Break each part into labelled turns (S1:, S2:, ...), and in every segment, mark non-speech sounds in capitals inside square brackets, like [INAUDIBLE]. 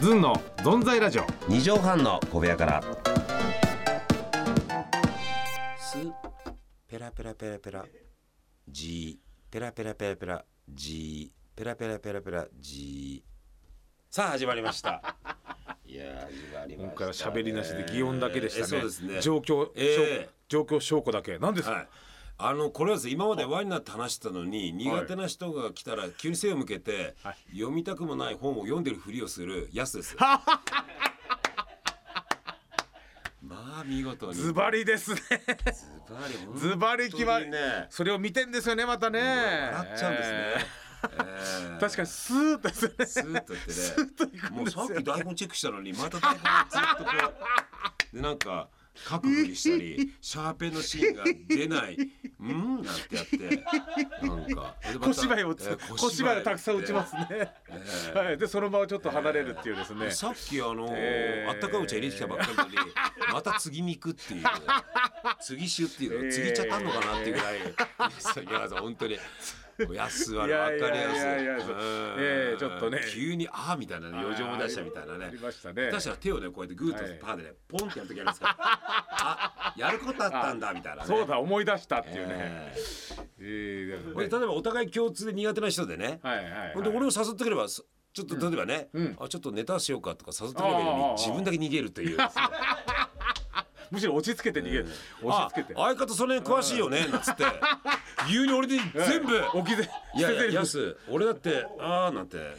S1: ずんのぞんざいラジオ
S2: 二畳半の小部屋から
S3: すペラペラペラペラじペラペラペラペラじペラペラペラペラじさあ始まりました
S1: [LAUGHS]
S2: いや始まりま
S1: 今回は喋りなしで擬音だけでしたね
S3: えーそうですね
S1: 状況、
S3: えー
S1: 証状況証拠だけ何ですか、
S3: はいあのこれはですね今まで輪になって話してたのに苦手な人が来たら急に背を向けて
S1: はい
S3: 読みたくもない本を読んでるふりをするや
S1: [LAUGHS]
S3: すですまあ見事に
S1: ズバリですね
S3: ズバリ本当に
S1: ズバリ決まり
S3: ね
S1: [LAUGHS] それを見てんですよねまたね
S3: 笑っちゃうんですね
S1: えー、
S3: えー
S1: 確かにスーッとですね
S3: ス
S1: [LAUGHS]
S3: ーッとやってねもうさっき台本チェックしたのにまた台本ずっとこうでなんか書くふりしたりシャーペンのシーンが出ない「うん?」なんてやってなんかでまた
S1: 小芝居をつ、
S3: えー
S1: 小芝居をたくさん打ちますね、[LAUGHS]
S3: え
S1: はいでその場をちょっと離れるっていうですね、
S3: ーさっきあの、
S1: えー
S3: あったかいうち入れてきたばっかりなのにまた次に行くっていう
S1: [LAUGHS]
S3: ね次週っていうの次ちゃったのかなっていうぐらい、いやさん本当に安は分かりやすい
S1: いやいやいやいやそう
S3: うん
S1: えーちょっとね
S3: 急にああみたいなね余剰も出したみたいな
S1: あ
S3: ね
S1: りましたね
S3: 確か手をねこうやってグーとパーでね、ポンってやるときありますからあやることあったんだみたいなね
S1: そうだ思い出したっていうね、
S3: え
S1: えーだ
S3: ー
S1: か
S3: これ
S1: らね
S3: 例えばお互い共通で苦手な人でね、
S1: はいはい、はい、
S3: ほんで俺を誘ってくればそちょっと例えばね、
S1: うん
S3: あちょっとネタしようかとか誘ってくればいいの
S1: ああああ
S3: に自分だけ逃げる
S1: [LAUGHS]
S3: というですね
S1: むしろ落ち着けて逃げる、落
S3: あ
S1: ち着けて
S3: 相方それ詳しいよねなんつって急に俺で全部
S1: 置きで
S3: いや
S1: [LAUGHS] 捨てゼリ
S3: いや
S1: フ
S3: やす俺だってああなんてね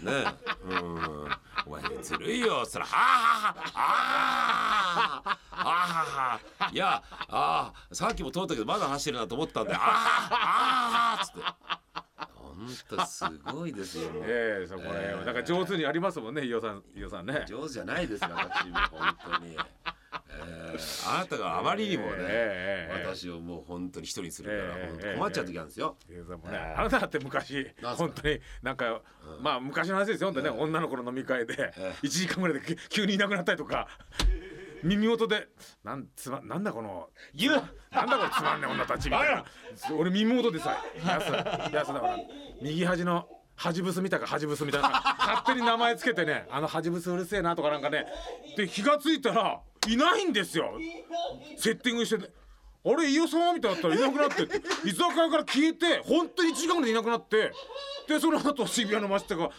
S3: うんお前ずるいよっつったらはあはあああはあいやああさっきも通ったけどまだ走ってるなと思ったんでああああっつって本当すごいですよもう
S1: ええそこら辺は、なんか上手にありますもんね伊代さん伊代さんね
S3: 上手じゃないですよ私も本当に、えー、あなたがあまりにもね、
S1: ええええええ
S3: 私をもう本当に一人にするから、
S1: ええ
S3: 本当困っちゃう時あるんですよ、
S1: 伊代さんもねあなただって昔
S3: なんすか
S1: 本当になんか、まあ昔の話ですよ本当にね、女の子の飲み会で1時間ぐらいで急にいなくなったりとか耳元でなんつまなんだこの
S3: 言う
S1: なんだこれつまんねえ女たちみたいな俺耳元でさやすやすだから右端の端ブスみたいか端ブスみたいな勝手に名前つけてねあの端ブスうるせえなとかなんかねで気がついたらいないんですよセッティングしてて。あれ伊代さんみたいだったらいなくなってって居酒屋から消えて本当に1時間ぐらいいなくなってでその後渋谷の街とか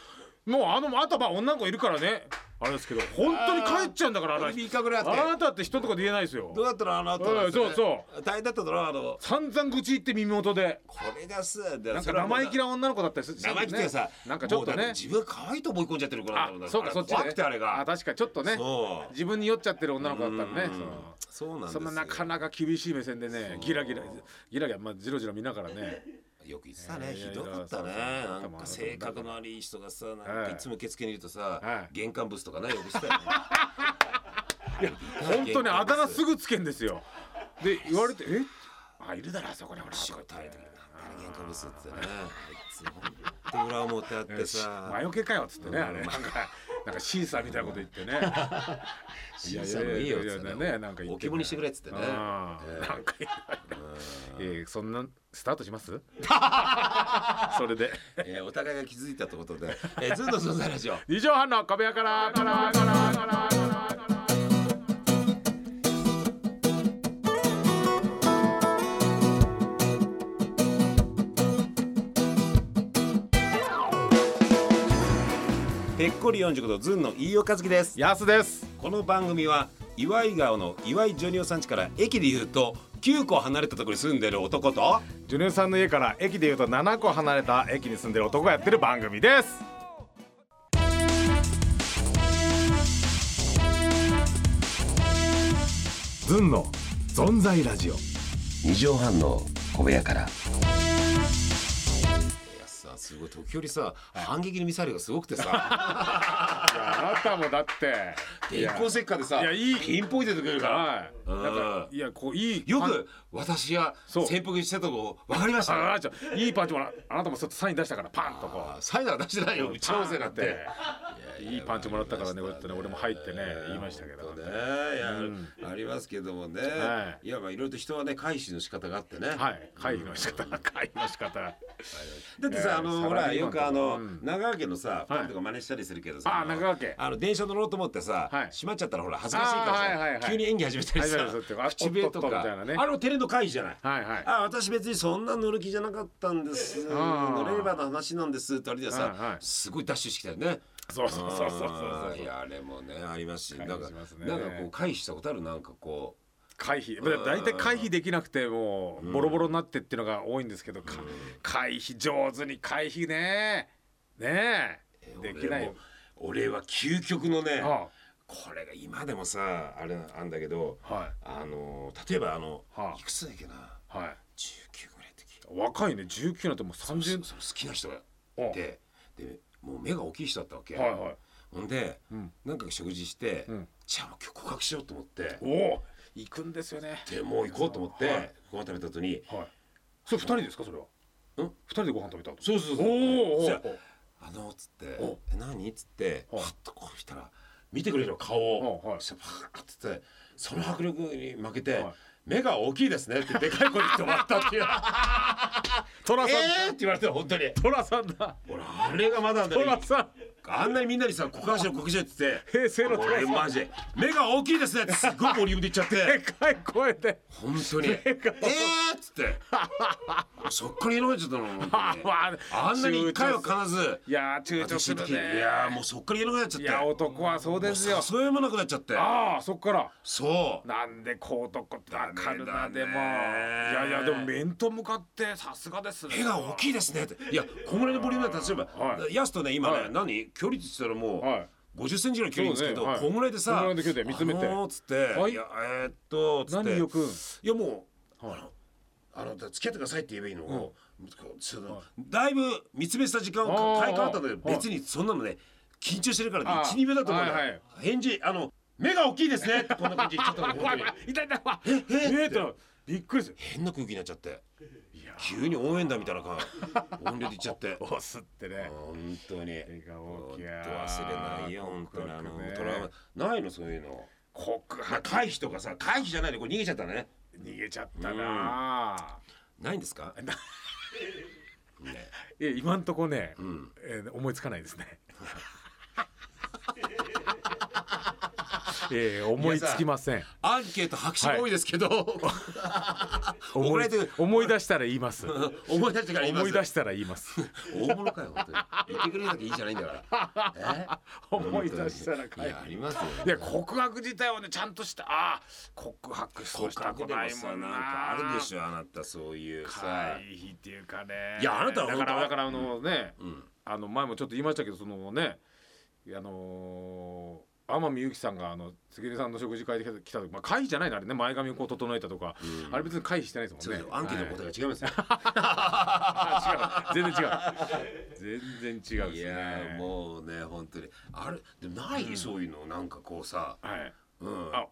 S1: もうあのあとは女の子いるからねあれですけど本当に帰っちゃうんだからあの人
S3: 3日ぐらいあって
S1: あなたって人とかで言えないですよ
S3: どうだったのあの後
S1: うんそうそう
S3: 大変だっただろあの
S1: 散々愚痴言って耳元で
S3: これだすで
S1: なん
S3: そ
S1: か
S3: れはもう
S1: 生意気な女の子だったりする
S3: 生意気ってさ
S1: なんかちょっと
S3: もうだ
S1: ね
S3: て自分が可愛いと思い込んじゃってる子なん
S1: あ
S3: だもんだ
S1: そう
S3: ら
S1: かそっちで
S3: 怖くてあれ
S1: あ
S3: が
S1: 確かにちょっとね
S3: そう
S1: 自分に酔っちゃってる女の子だったらね
S3: うんそうなんです
S1: そ
S3: よ
S1: んななかなか厳しい目線でねギラギラギラギラまあジロジロ見ながらね
S3: よく言ってたね、
S1: えー
S3: ひどかったね
S1: いやいやそうそう
S3: なんか性格の悪い人がさなん
S1: は
S3: か
S1: い
S3: いつも受付にいるとさ、
S1: はい
S3: 玄関ブスとかねよくしてたよ
S1: [LAUGHS]
S3: ね
S1: 本当にあだ名すぐ
S3: ぐ
S1: つけんですよで言われてえあいるだろあそこに俺
S3: 仕事入る時なんだよ玄関ブスってねあいつ本当裏表あってさ
S1: 魔除けかよっつってねあれなんかなんか審査みたいなこと言って [LAUGHS] ね
S3: いやいやいいよっつって
S1: いやいやいやねなんか言ってね
S3: お気盛りしてくれっつってね
S1: あーなんか言われてえーそんなスタートしますそ [LAUGHS] れで
S3: えーお互いが気づいたってことで、えー、ずっと存在ラジオ
S1: 二畳半の壁屋 [LAUGHS] からからからから
S3: ぺっこり45度ずんの飯尾和樹です
S1: やすです
S3: この番組は岩井川の岩井ジョニオさん家から駅で言うと9個離れたところに住んでる男と
S1: ジュニオさんの家から駅でいうと7個離れた駅に住んでる男がやってる番組ですズンの存在ラジオ
S2: 二畳半の小部屋から
S3: いやさすごい時折さ反撃のミサイルがすごくてさ
S1: あなたもだって
S3: 電光石火でさ
S1: いやいい
S3: ピンポイントでくるから、
S1: はい
S3: うん
S1: なんかいやこういい
S3: よ
S1: パン
S3: く私が
S1: そう
S3: 潜伏してたとこ分かりました
S1: あ
S3: ね
S1: あちょいいパンチもらあなたもちょっとサイン出したからパンとこ
S3: あサイダー出してないよ打ち合わせなんて
S1: パンって
S3: い
S1: いいパンチもらったからねこうやってね俺も入ってね言いましたけど
S3: 本当ねいやありますけどもね、、
S1: はい
S3: わばいろいろと人はね回避の仕方があってね、
S1: はい会議の仕方会議の仕方
S3: だってさ、あ
S1: い
S3: の
S1: や
S3: ほら
S1: サラリーマ
S3: よ
S1: ンと
S3: く
S1: か
S3: あの、
S1: うん
S3: 長川家のさパンとか真似したりするけどさ、
S1: あー
S3: の
S1: 長川家
S3: あの電車乗ろうと思ってさ、
S1: はい
S3: 閉まっちゃったらほら恥ずかしいからさ、
S1: あーはいはいはい
S3: 急に演技始めたり
S1: 始めた
S3: さ
S1: りするっていうかあ
S3: 口笛と
S1: おっとっ
S3: か
S1: とみたいなね
S3: あれもテレの会じゃない。
S1: はいはい
S3: あ私別にそんな乗る気じゃなかったんです
S1: あー
S3: 乗れればの話なんですってあれでさ、
S1: はいはい
S3: すごいダッシュしてきたよね
S1: そうそうそうそうそう
S3: あーいやあれもねありますしなん
S1: 回避
S3: か
S1: しますね
S3: なんかこう回避したことあるなんかこ
S1: 回避だ大体回避できなくてもうボロボロになってっていうのが多いんですけど、か回避上手に回避ねねえ
S3: う
S1: できない
S3: 俺も俺は究極のね
S1: は
S3: これが今でもさあれあんだけど
S1: あはい
S3: あの例えばあの、
S1: はい
S3: くつだっけな
S1: あはい
S3: 19ぐらいの時
S1: 若いね19なんてもう
S3: そ
S1: 30
S3: のその好きな人が
S1: あ
S3: いてでもう目が大きい人だったわけ、
S1: はいはい
S3: ほんで、
S1: うん
S3: なんか食事して、
S1: ん
S3: じゃあもう今日告白しようと思って
S1: おお行くんですよね
S3: でもう行こうと思って、
S1: はい
S3: ご飯食べた後に
S1: はいそれ2人ですかそれは
S3: ん
S1: 2人でご飯食べた後
S3: そうそう
S1: おーお
S3: じ
S1: ー
S3: ゃ
S1: おー
S3: ああのつって
S1: お
S3: 「え何?」っつってパ
S1: はい
S3: ッとこうしたら見てくれるの顔を
S1: はいはい
S3: そしたらパーッつってその迫力に負けて
S1: はい
S3: 「目が大きいですね」ってでかい声で言ってもらったっていう「
S1: トラさん、
S3: えー!」って言われて本当に
S1: トラさんだ
S3: 俺あれがまだあんだ
S1: ト
S3: よ
S1: ラさん
S3: あんなにみんなにさ「告白しよう告白しよう」って言
S1: 平
S3: って
S1: 成のトラ
S3: 俺
S1: さ
S3: マ
S1: ん
S3: ジで目が大きいですねってすごいボリュームで言っちゃっ
S1: で
S3: て
S1: かい声で
S3: 本当に「え
S1: が
S3: ー!」っつってそっから色がちゃったの本当に
S1: わ
S3: あんなに一回は必ず
S1: いやー躊躇
S3: 私
S1: す
S3: の
S1: る
S3: 時い
S1: ね
S3: やーもうそっから言えなくなっちゃって
S1: いや男はそうですよ
S3: もう誘いもなくなっちゃって
S1: ああそっから
S3: そう
S1: なんでこうとこってわかるな
S3: ダメ
S1: で
S3: だ
S1: も
S3: ね
S1: いやいやでも面と向かってさすがですね
S3: 絵が大きいですねっていやこんぐらいのボリュームだったら例えば
S1: は
S3: ヤスとね今
S1: は
S3: ね
S1: い
S3: 何距離って言ったら
S1: は
S3: も
S1: いう
S3: 50センチぐらいの距離ですけど
S1: そうねはい
S3: こんぐらいでさ
S1: こんぐらいの距離で見つめて
S3: あのーっつって
S1: はい
S3: いやえーっとつって
S1: 何よくん
S3: いやもうあのあの付き合ってくださいって言えばいいのをこうそのだいぶ見つめてた時間
S1: あ
S3: を
S1: ー
S3: 体感あったんだけど
S1: はい
S3: 別にそんなのね緊張してるからね
S1: あー
S3: 12秒だと思うのよ
S1: はいはい
S3: 返事あの目が大きいですねってこんな感じで言っちゃった
S1: あ
S3: の
S1: 怖
S3: 本
S1: い
S3: 当
S1: 怖
S3: に
S1: い痛い痛い怖いえ
S3: え
S1: ーってなるびっくりする
S3: 変な空気になっちゃって急に応援だみたいな感じ音量で言っちゃ
S1: [LAUGHS]
S3: って
S1: 押すってね
S3: 本当に
S1: 手が
S3: 本
S1: 大
S3: 当
S1: きい
S3: 忘れないよ本当にあの
S1: 告白ね
S3: トラウマないのそういうの
S1: 告
S3: まあ
S1: 白
S3: 回避とかさ回避じゃないでこう逃げちゃったね
S1: 逃げちゃったなあ
S3: ないんですかね
S1: いや今んとこね
S3: ん
S1: えー思いつかないですねえー思いつきません
S3: [LAUGHS] アンケート白紙が多いですけど、怒
S1: 思
S3: ら
S1: い
S3: れてる
S1: 思い出したら言います
S3: [LAUGHS] 思い出してから言います
S1: 思い出したら言います
S3: 大物かよ本当に言ってくれなきゃいいじゃないんだから [LAUGHS] え
S1: 思い出したら
S3: 本当にいやありますよ
S1: いや告白自体はねちゃんとしたああ告白し
S3: 告
S1: たした
S3: 白
S1: こ
S3: で
S1: とな
S3: も
S1: い
S3: さ
S1: もん
S3: なん
S1: な
S3: かあるでしょあなたそういうさ
S1: 回避っていうかね
S3: いやあなたは
S1: だ
S3: 本
S1: か
S3: 当
S1: らだからあのね、
S3: ん
S1: あの前もちょっと言いましたけどそのねあのー天海祐希さんがあの関根さんの食事会で来た時、まあ、会議じゃないのあれね前髪をこう整えたとか、あれ別に会議してないです
S3: そ
S1: も
S3: うんそ
S1: ね
S3: うアンケートの答えが違いますよ
S1: はい [LAUGHS] 違う全然違う全然違うで
S3: い
S1: すね
S3: やーもうね本当にあれでもない、そういうのなんかこうさ、
S1: はい
S3: うん、
S1: あ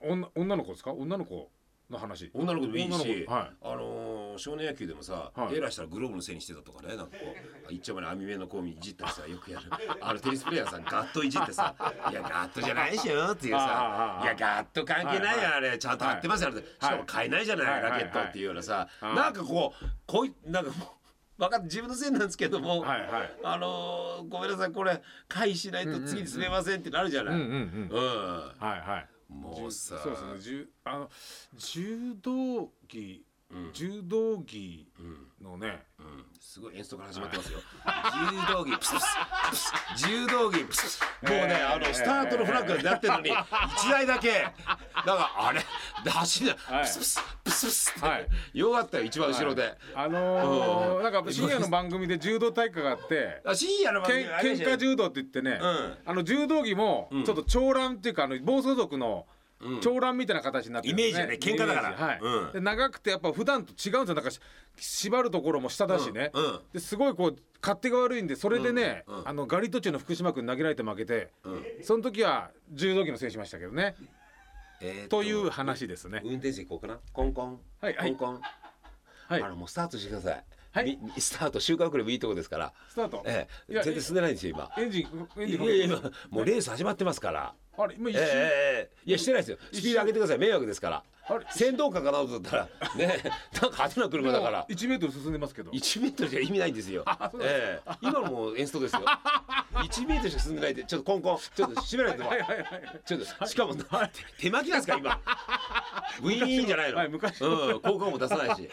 S1: 女女の子ですか女の子の話
S3: 女の子でもいい
S1: 女の
S3: し、
S1: 子はい
S3: あのー少年野球でもさ、
S1: はい
S3: エラーしたらグローブのせいにしてたとかねなんかこう一丁前の網目のこういじったりさよくやるあのテニスプレーヤーさんガッといじってさ「いやガッとじゃないでしょ」っていう
S1: あーあー
S3: さ
S1: あー
S3: 「いやガッと関係ない
S1: はい
S3: よあれちゃんと張ってますよ」あれしかも買えないじゃない、
S1: はい
S3: ラケット」っていうようなさ、
S1: はい
S3: なんかこうこういなんかもう分かって自分のせいなんですけども、
S1: はいはい
S3: あのーごめんなさいこれ回避しないと次に進めませんってなるじゃない。
S1: うんうんうん
S3: うん
S1: はいはい
S3: もうさ
S1: そうですね柔あの柔道着、
S3: うん
S1: 柔道着
S3: うん
S1: のね
S3: うんすごい演奏から始まってますよ。柔道着プスプスプス柔道着プスプスもうね、
S1: えー
S3: あのスタートのフラッグになってるのに一台だけなんかあれで走りな、
S1: はい
S3: プスプスプスプスって、
S1: はい
S3: よかったよ一番後ろで。
S1: あの
S3: うん
S1: ー、なんか深夜の番組で柔道大会があって
S3: あ深夜の番
S1: けん
S3: 組あれ
S1: 喧
S3: じゃ
S1: 嘩柔道って言ってね、あの柔道着もちょっと長蘭っていうかあの暴走族の長蘭みたいな形になってるんです
S3: イメージだね喧嘩だから
S1: イメージはい
S3: うん
S1: で長くてやっぱ普段と違うんですよなんかし縛るところも下だしね、
S3: うんうん
S1: ですごいこう勝手が悪いんでそれでね、
S3: うんうん
S1: あのガリ途中の福島君投げられて負けて、
S3: ん
S1: その時は柔道着のせいにしましたけどね
S3: えーっと
S1: という話ですね
S3: 運転席行こうかなコンコン、
S1: はいはい
S3: コンコン、
S1: はい
S3: あのもうスタートしてください
S1: はい
S3: みスタート週間遅れもいいとこですから
S1: スタート
S3: え
S1: い
S3: え
S1: や
S3: 全然進んでないんですよ今
S1: エンジンエン
S3: い
S1: ジンか
S3: や
S1: け
S3: いや今もうレース始まってますから
S1: あれ今
S3: え
S1: 一
S3: え
S1: 瞬、
S3: ええいやしてないですよスピード上げてください迷惑ですから
S1: あれ
S3: 先導カかなと思ったらねなんか派手な車だから
S1: 1メートル進んでますけど
S3: 1メートルじゃ意味ないんですよ。
S1: そうなん
S3: ええ、今のもう演奏ですよ。1メートルしか進んでないで、ちょっとコンコン、ちょっと閉めないと
S1: はいはいはい
S3: ちょっと、しかも、手巻きなんですか、今。ウィーンじゃないの。
S1: はい昔
S3: うん、効果音も出さないし。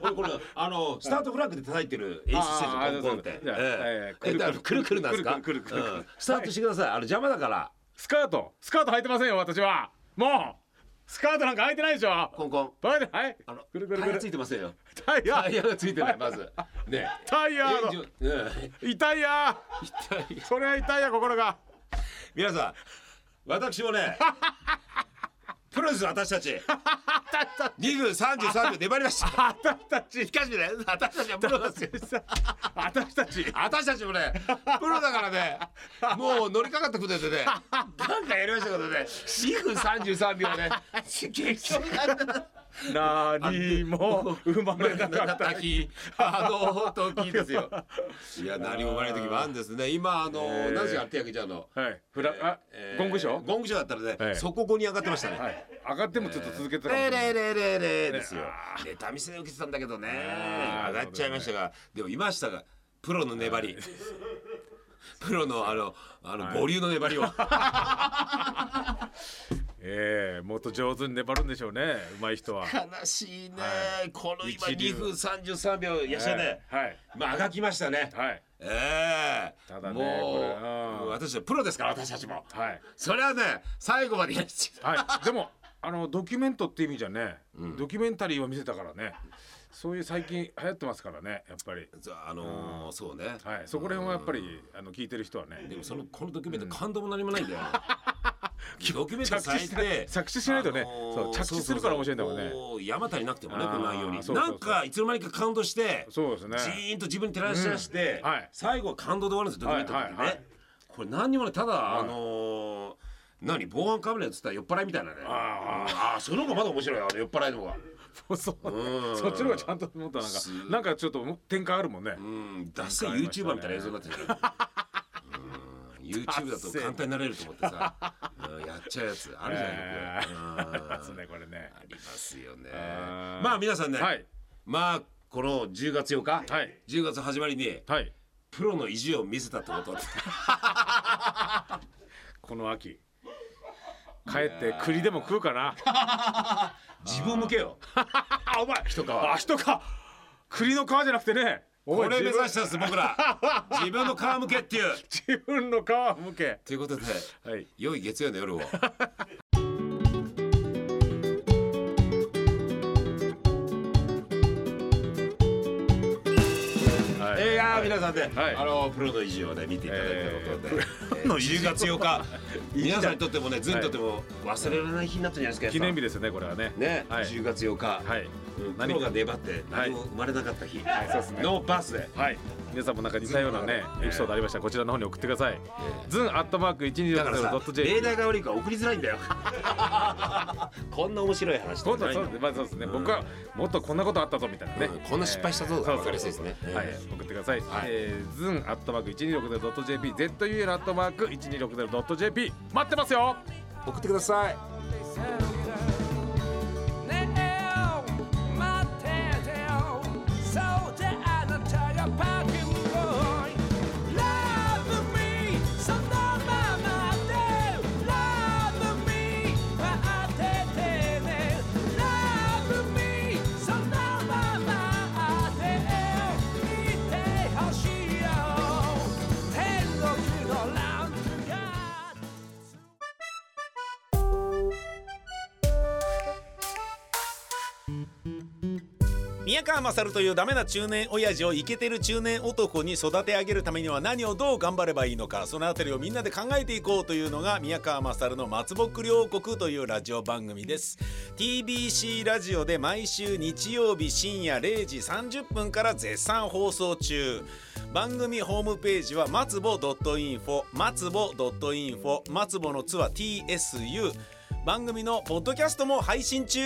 S3: 俺、これ、あの、スタートフラッグで叩いてる演出して
S1: あー
S3: る、コンコンって
S1: あ。ーそうそう
S3: ええ、
S1: じゃあええ
S3: えだからくるくるなんですか。
S1: くるくるくるくる
S3: うんスタートしてください、あの邪魔だから。
S1: スカートスカート履いてませんよ私はもうスカートなんか履いてないでしょ
S3: コンコン。
S1: バカではい
S3: あの、
S1: くるくる
S3: タ
S1: く
S3: イヤ
S1: る
S3: ついてませんよ。
S1: タイヤ
S3: タイヤがついてない、ま [LAUGHS] ず。ね。
S1: タイヤ
S3: エン
S1: の
S3: ジンうん
S1: 痛いや
S3: 痛い
S1: それは痛いや心が
S3: 皆さん私も [LAUGHS] ねプロです私たち2分33秒粘りました
S1: 私たち
S3: [LAUGHS] しかしね私たちはプロですよ
S1: 私たち
S3: [LAUGHS] 私たちもねプロだからねもう乗りかかったこと [LAUGHS] でねガンガンやりましたけどね2分33秒ね結局
S1: 何も生まれなか
S3: な
S1: っ
S3: ったた日あの時で
S1: [LAUGHS]
S3: すよいや何も生まれない時もあるんですね今あの
S1: ー
S3: 何時か手あげちゃうの
S1: はいフラあ
S3: えー
S1: ゴングショー
S3: ゴングショーだったらね、
S1: はい
S3: そここに上がってましたね、
S1: はい上がってもちょっと続けてたかもし
S3: レ
S1: れない
S3: レレレレですよ
S1: ね
S3: ネタ見せで受けてたんだけどね
S1: あー
S3: 上がっちゃいましたが、でもいましたがプロの粘りプロのあのあの
S1: はい
S3: ボリューの粘りを、
S1: ええもっと上手に粘るんでしょうね上手い人は
S3: 悲しいね、
S1: は
S3: この今
S1: 一流
S3: 2分33秒いやしたね、
S1: はい
S3: まあ上がきましたね、
S1: はい
S3: ええ
S1: ただね
S3: も
S1: これ
S3: う
S1: うん
S3: もう私はプロですから私たちも、
S1: はい
S3: それはね最後までやりつつ
S1: はい、でもあのドキュメントって意味じゃね、ドキュメンタリーを見せたからねそういう最近流行ってますからねやっぱり、
S3: あのーそうね、
S1: はい、そこら辺はやっぱりあの聞いてる人は
S3: で
S1: ね
S3: もそのこのドキュメント感動も何もないんだ
S1: [LAUGHS]
S3: よ。ドキュメント
S1: 着地
S3: 最
S1: し
S3: 低
S1: て着地しないとね、
S3: あのー
S1: そう着地するから面白いんだもんね
S3: そうそうそうう山足りなくてもねこ
S1: あー
S3: の内容に
S1: そうそうそう
S3: なんかいつの間にか感動して
S1: そうですね
S3: ジーンと自分に照らし出して、
S1: うんはい
S3: 最後は感動で終わるんですよドキュメントってね、
S1: はいはいはい
S3: これ何にもないただ、あのー何防犯カメラに映ったら酔っ払いみたいなね
S1: あ
S3: ああーその方がまだ面白いよあの酔っ払いの方が
S1: そう
S3: うん
S1: そっちの方がちゃんともっとなんか
S3: す
S1: なんかちょっと展開あるもんね、
S3: うんダッセイ YouTuber みたいな映像になってるうん YouTube だと簡単になれると思って [LAUGHS] さ、うんやっちゃうやつあるじゃない
S1: え [LAUGHS]
S3: の
S1: ーあり
S3: これうん
S1: ますねこれね
S3: ありますよね
S1: あー
S3: まあ皆さんね、
S1: はい
S3: まあこの10月8日、
S1: はい
S3: 10月始まりに
S1: はい
S3: プロの意地を見せたってこと
S1: この秋帰って栗でも食うかな
S3: [LAUGHS] 自分向けよ
S1: [LAUGHS] あお前
S3: 一皮
S1: あ人か栗の皮じゃなくてねお
S3: こ
S1: 前
S3: れ目
S1: 自
S3: 指
S1: 分
S3: したんです僕 [LAUGHS] ら自分の皮向けっていう
S1: 自分の皮むけ
S3: ということで
S1: はい
S3: 良い月曜の夜を
S1: はい
S3: えー、いやー皆さんね、
S1: はい
S3: [LAUGHS] あのプロの意地をね見ていただいたことで、えー [LAUGHS]
S1: の意地
S3: 10月8日
S1: 意地だ
S3: 皆さんにとってもねずっとっても忘れられない日になったんじゃないですか
S1: 記念日
S3: で
S1: ですよねこれはね
S3: ね、
S1: はい
S3: 10月8日、
S1: はい
S3: うんプ
S1: 何
S3: ロが粘って何も
S1: はい
S3: 生まれなかった日、
S1: いそうですね
S3: ノーバースデー
S1: はい皆さんもなんか似たようなねエピソードありましたらこちらの方に送ってくださいズンアットマーク
S3: だからさ
S1: 1260.jp
S3: 例題が悪いから送りづらいんだよ [LAUGHS] こんな面白い話と
S1: 今度
S3: かな
S1: はい
S3: ん
S1: そう
S3: だよ
S1: ですまあそうですね僕はもっとこんなことあったぞみたいなね
S3: うんこんな失敗したぞ
S1: えー
S3: が分かりやすいですね
S1: そうそうそうはい
S3: え
S1: 送ってください
S3: はい
S1: えーズンアットマーク 1260.jp ZUN アットマーク 1260.jp 待ってますよ
S3: 送ってください
S4: Now, my tail, so that I don't tell your pocket boy. Love me, so no mama do. Love me, my tail. Love me, so no mama do. Ite hoshio, ten no kilo round God.
S5: 宮川勝というダメな中年親父をイケてる中年男に育て上げるためには何をどう頑張ればいいのかそのあたりをみんなで考えていこうというのが宮川勝の「松ぼっくり王国」というラジオ番組です TBC ラジオで毎週日曜日深夜0時30分から絶賛放送中番組ホームページは松ぼ .info 松ぼ .info 松ぼの「つ」は TSU 番組のポッドキャストも配信中